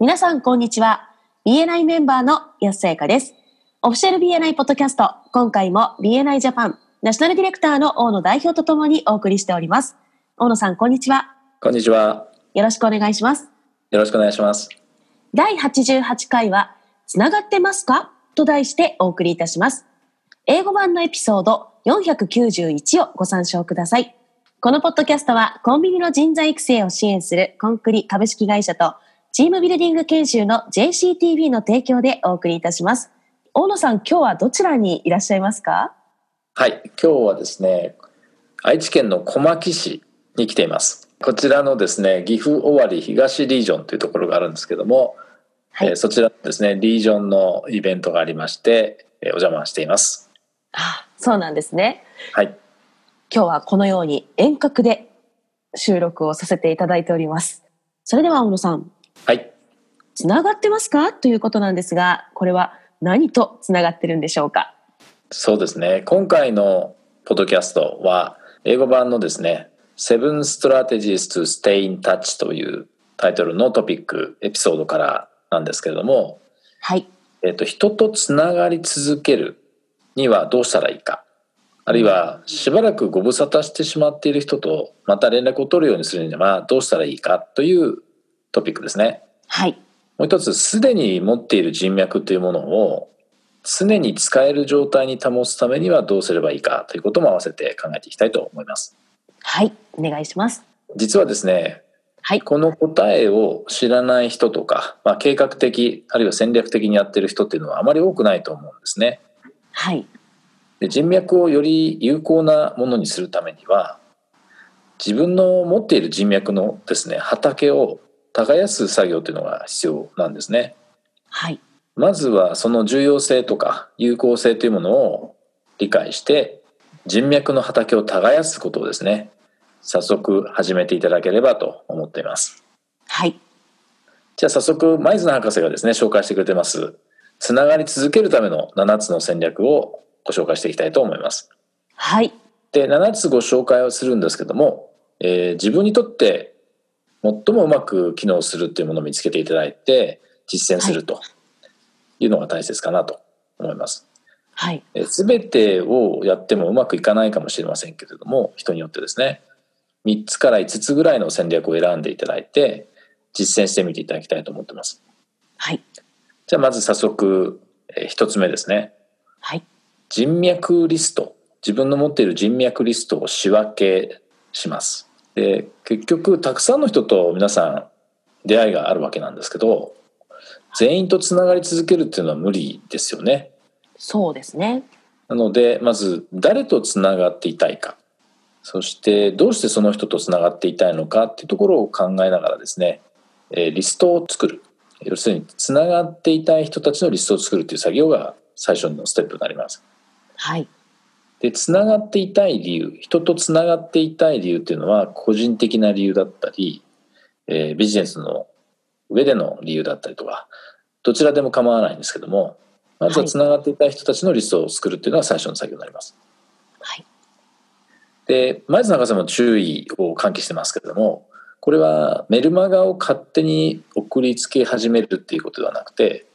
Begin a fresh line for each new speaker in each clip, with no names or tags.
皆さん、こんにちは。BNI メンバーの安さやかです。オフィシャル BNI ポッドキャスト、今回も BNI ジャパン、ナショナルディレクターの大野代表とともにお送りしております。大野さん、こんにちは。
こんにちは。
よろしくお願いします。
よろしくお願いします。
第88回は、つながってますかと題してお送りいたします。英語版のエピソード491をご参照ください。このポッドキャストは、コンビニの人材育成を支援するコンクリ株式会社と、チームビルディング研修の JCTV の提供でお送りいたします。大野さん、今日はどちらにいらっしゃいますか
はい、今日はですね、愛知県の小牧市に来ています。こちらのですね、岐阜尾張東リージョンというところがあるんですけども、
はい
えーそちらのですね、リージョンのイベントがありまして、えーお邪魔しています。
あそうなんですね。
はい、
今日はこのように遠隔で収録をさせていただいております。それでは、大野さん、
はい、
つながってますかということなんですがこれは何とつながってるんでしょうか
そうですね。今回のポッドキャストは英語版のですね、Seven Strategies to Stay in Touch というタイトルのトピックエピソードからなんですけれども、
はい
えっと人とつながり続けるにはどうしたらいいかあるいはしばらくご無沙汰してしまっている人とまた連絡を取るようにするにはどうしたらいいかというトピックですね。
はい
もう一つすでに持っている人脈というものを常に使える状態に保つためにはどうすればいいかということも合わせて考えていきたいと思います。
はいお願いします
実はですね
はい
この答えを知らない人とか、まあ、計画的あるいは戦略的にやってる人っていうのはあまり多くないと思うんですね。
はい
で人脈をより有効なものにするためには自分の持っている人脈のですね畑を耕す作業というのが必要なんですね。
はい
まずはその重要性とか有効性というものを理解して人脈の畑を耕すことをですね早速始めていただければと思っています。
はい
じゃあ早速舞鶴博士がですね紹介してくれてますつながり続けるための7つの戦略をご紹介していきたいと思います。
はい
で7つご紹介をするんですけども、えー自分にとって最もうまく機能するっていうものを見つけていただいて実践するというのが大切かなと思います。
はい
えー全てをやってもうまくいかないかもしれませんけれども人によってですね3つから5つぐらいの戦略を選んでいただいて実践してみていただきたいと思ってます。
はい
じゃあまず早速、え1つ目ですね
はい
人脈リスト自分の持っている人脈リストを仕分けしますで結局たくさんの人と皆さん出会いがあるわけなんですけど全員とつながり続けるっていうのは無理ですよね
そうですね
なのでまず誰とつながっていたいかそしてどうしてその人とつながっていたいのかっていうところを考えながらですねえーリストを作る要するにつながっていたい人たちのリストを作るっていう作業が最初のステップになります
はい
でつながっていたい理由人とつながっていたい理由っていうのは個人的な理由だったり、えービジネスの上での理由だったりとかどちらでも構わないんですけどもまずは
はい
つながっていたい人たちのリストを作るっていうのが最初の作業になります。
はい
で前津博士も注意を喚起してますけれどもこれはメルマガを勝手に送りつけ始めるっていうことではなくて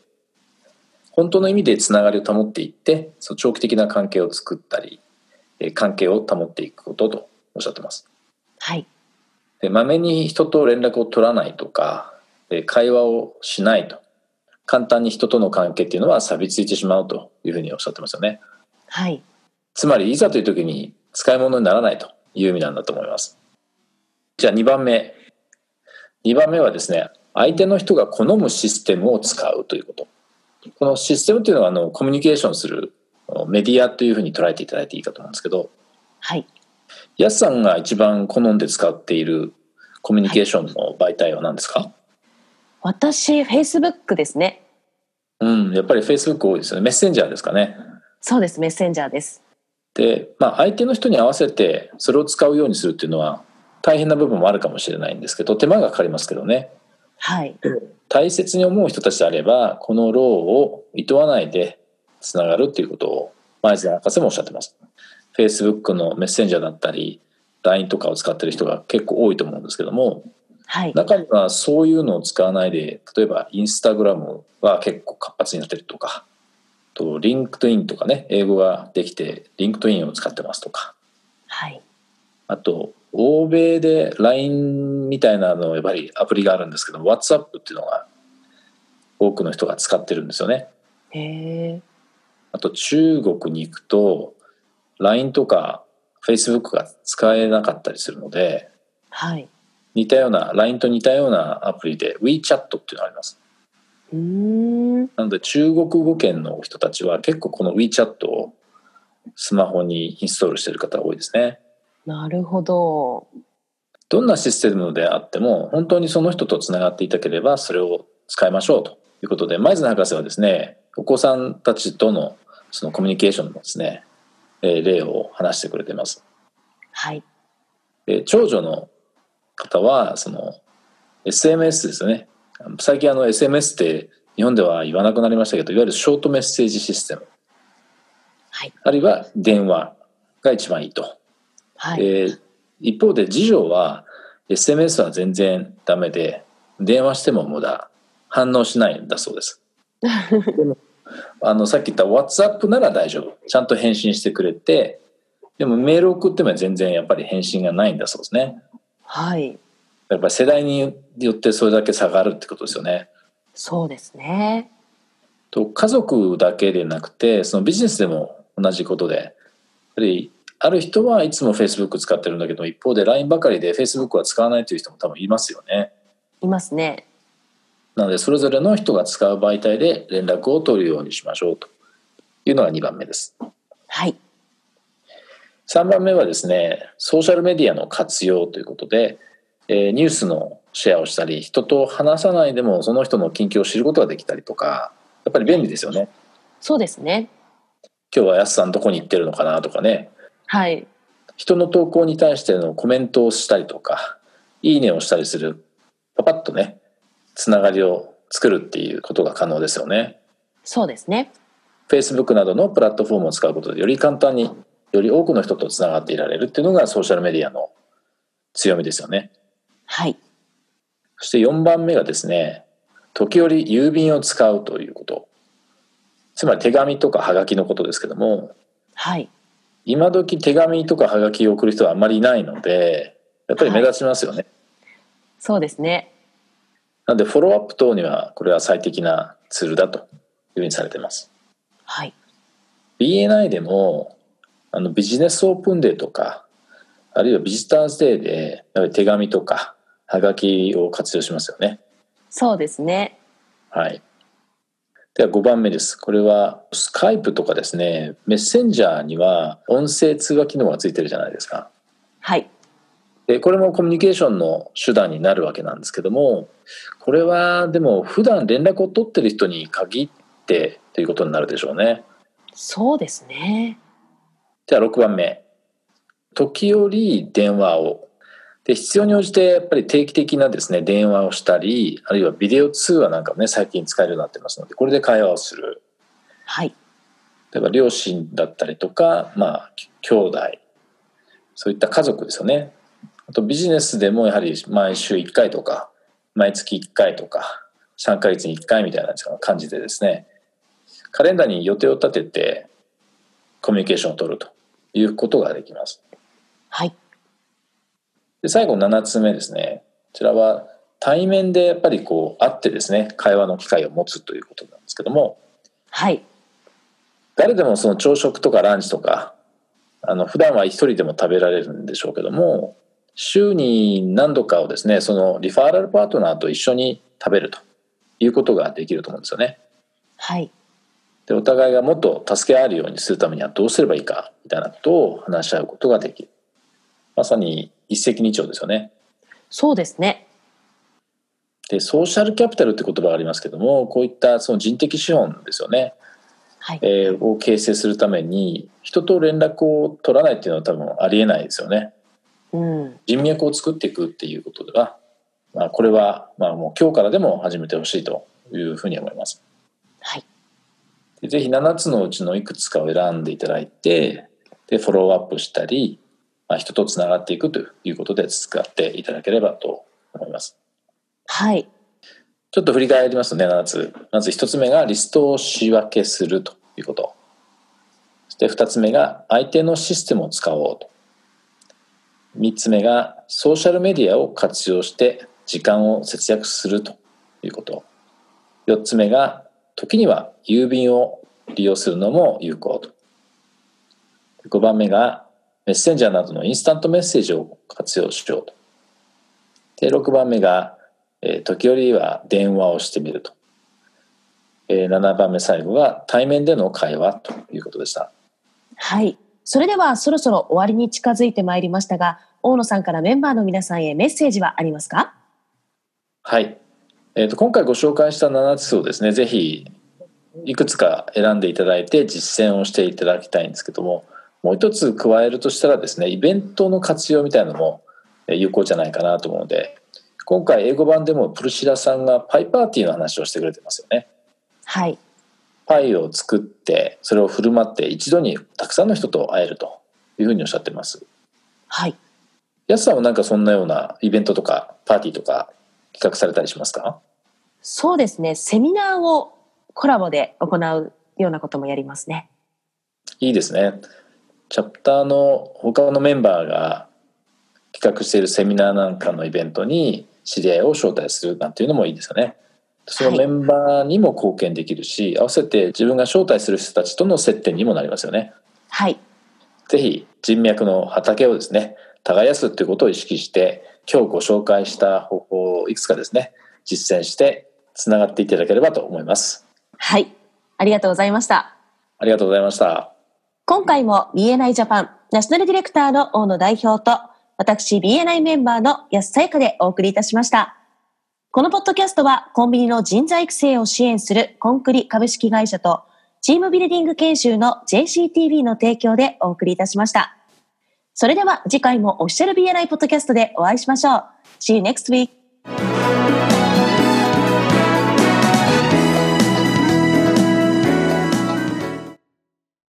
本当の意味でつながりを保っていってその長期的な関係を作ったりえー関係を保っていくこととおっしゃってます。
はい
でまめに人と連絡を取らないとかえー会話をしないと簡単に人との関係っていうのは錆びついてしまうというふうにおっしゃってますよね。
はい
つまりいざという時に使い物にならないという意味なんだと思いますじゃあ2番目2番目はですね相手の人が好むシステムを使うということこのシステムというのはあのコミュニケーションするあのメディアというふうに捉えていただいていいかと思うんですけど
はい
ヤスさんが一番好んで使っているコミュニケーションの媒体は何ですか、
私 Facebook ですね
うんやっぱり Facebook 多いですよねメッセンジャーですかね
そうですメッセンジャーです
で、まあ、相手の人に合わせてそれを使うようにするっていうのは大変な部分もあるかもしれないんですけど手間がかかりますけどね
はい
大切に思う人たちであればこの労を厭わないでつながるっていうことを前津博士もおっしゃってます。Facebook のメッセンジャーだったり LINE とかを使ってる人が結構多いと思うんですけども
はい。
中にはそういうのを使わないで例えばインスタグラムは結構活発になってるとかあとリンクトインとかね英語ができてリンクトインを使ってますとか
はい。
あと欧米で LINE みたいなのをやっぱりアプリがあるんですけど WhatsApp っていうのが多くの人が使ってるんですよね。
へえ。
あと中国に行くと LINE とか Facebook が使えなかったりするので
はい。
似たような LINE と似たようなアプリで WeChat っていうのがあります
うーん。
なので中国語圏の人たちは結構この WeChat をスマホにインストールしてる方が多いですね
なるほど。
どんなシステムであっても本当にその人とつながっていたければそれを使いましょうということで前津博士はですねお子さんたちとのそのコミュニケーションのですねえー例を話してくれています
はい。
で長女の方はその SMS ですよね最近あの SMS って日本では言わなくなりましたけどいわゆるショートメッセージシステム
はい。
あるいは電話が一番いいと、
はい。
で一方で次女は SMS は全然ダメで電話しても無駄反応しないんだそうです でもあのさっき言った WhatsApp なら大丈夫ちゃんと返信してくれてでもメール送っても全然やっぱり返信がないんだそうですね
はい。
やっぱり世代によってそれだけ差があるってことですよね。
そうですね。
と家族だけでなくてそのビジネスでも同じことでやっぱりある人はいつも Facebook 使ってるんだけど一方で LINE ばかりで Facebook は使わないという人も多分いますよね。
いますね。
なのでそれぞれの人が使う媒体で連絡を取るようにしましょうというのが2番目です。
はい。
3番目はですねソーシャルメディアの活用ということで、えーニュースのシェアをしたり人と話さないでもその人の近況を知ることができたりとかやっぱり便利ですよね
そうですね。
今日はやすさんどこに行ってるのかなとかね
はい。
人の投稿に対してのコメントをしたりとかいいねをしたりするパパッとねつながりを作るっていうことが可能ですよね
そうですね。
Facebook などのプラットフォームを使うことでより簡単により多くの人とつながっていられるっていうのがソーシャルメディアの強みですよね
はい。
そして4番目がですね、時折郵便を使うということ。つまり手紙とかハガキのことですけども、
はい。
今時手紙とかハガキを送る人はあんまりいないので、やっぱり目立ちますよね。
そうですね。
なのでフォローアップ等にはこれは最適なツールだというふうにされています。
はい。
BNI でもあのビジネスオープンデーとか、あるいはビジターズデーでやっぱり手紙とかハガキを活用しますよね。
そうですね。
はい。では5番目です。これはスカイプとかですね、メッセンジャーには音声通話機能がついてるじゃないですか。
はい。
で、これもコミュニケーションの手段になるわけなんですけども、これはでも普段連絡を取ってる人に限ってということになるでしょうね。
そうですね。
では6番目。時折電話を。で、必要に応じてやっぱり定期的なですね、電話をしたり、あるいはビデオ通話なんかもね、最近使えるようになってますので、これで会話をする。
はい。
例えば両親だったりとか、まあ、き兄弟そういった家族ですよねあとビジネスでもやはり毎週1回とか毎月1回とか3ヶ月に1回みたいな感じでですねカレンダーに予定を立ててコミュニケーションを取るということができます
はい。
で最後7つ目ですねこちらは対面でやっぱりこう会ってですね会話の機会を持つということなんですけども
はい。
誰でもその朝食とかランチとかあの普段は一人でも食べられるんでしょうけども週に何度かをですねそのリファーラルパートナーと一緒に食べるということができると思うんですよね。
はい。
でお互いがもっと助け合えるようにするためにはどうすればいいかみたいなことを話し合うことができるまさに一石二鳥ですよね。
そうですね。
でソーシャルキャピタルって言葉がありますけどもこういったその人的資本ですよね。
はい。
えーを形成するために人と連絡を取らないっていうのは多分ありえないですよね
うん。
人脈を作っていくっていうことでは、まあ、これはまあもう今日からでも始めてほしいというふうに思います
はい。
でぜひ7つのうちのいくつかを選んでいただいてでフォローアップしたり、まあ、人とつながっていくということで使っていただければと思います。
はい。
ちょっと振り返りますね、7つ。まず1つ目がリストを仕分けするということ。そして2つ目が相手のシステムを使おうと。3つ目がソーシャルメディアを活用して時間を節約するということ。4つ目が時には郵便を利用するのも有効と。5番目がメッセンジャーなどのインスタントメッセージを活用しようと。で6番目が、えー時折は電話をしてみると、えー7番目最後が対面での会話ということでした
はい。それではそろそろ終わりに近づいてまいりましたが、大野さんからメンバーの皆さんへメッセージはありますか
はい、えー、と今回ご紹介した7つをですねぜひいくつか選んでいただいて実践をしていただきたいんですけどももう一つ加えるとしたらですねイベントの活用みたいなのもえー有効じゃないかなと思うので今回英語版でもプルシラさんがパイパーティーの話をしてくれてますよね
はい。
パイを作ってそれを振る舞って一度にたくさんの人と会えるというふうにおっしゃってます。
はい。
やすさんはなんかそんなようなイベントとかパーティーとか企画されたりしますか
そうですね。セミナーをコラボで行うようなこともやりますね。
いいですね。チャプターの他のメンバーが企画しているセミナーなんかのイベントに知り合いを招待するなんていうのもいいですよね。そのメンバーにも貢献できるし、合わせて自分が招待する人たちとの接点にもなりますよね。
はい。
ぜひ人脈の畑をですね、耕すということを意識して、今日ご紹介した方法をいくつかですね、実践して、つながっていただければと思います。
はい。ありがとうございました。
ありがとうございました。
今回も BNI ジャパンナショナルディレクターの大野代表と私 BNI メンバーの安さやかでお送りいたしました。このポッドキャストはコンビニの人材育成を支援するコンクリ株式会社とチームビルディング研修の JCTV の提供でお送りいたしました。それでは次回もオフィシャル BNI ポッドキャストでお会いしましょう。See you next week!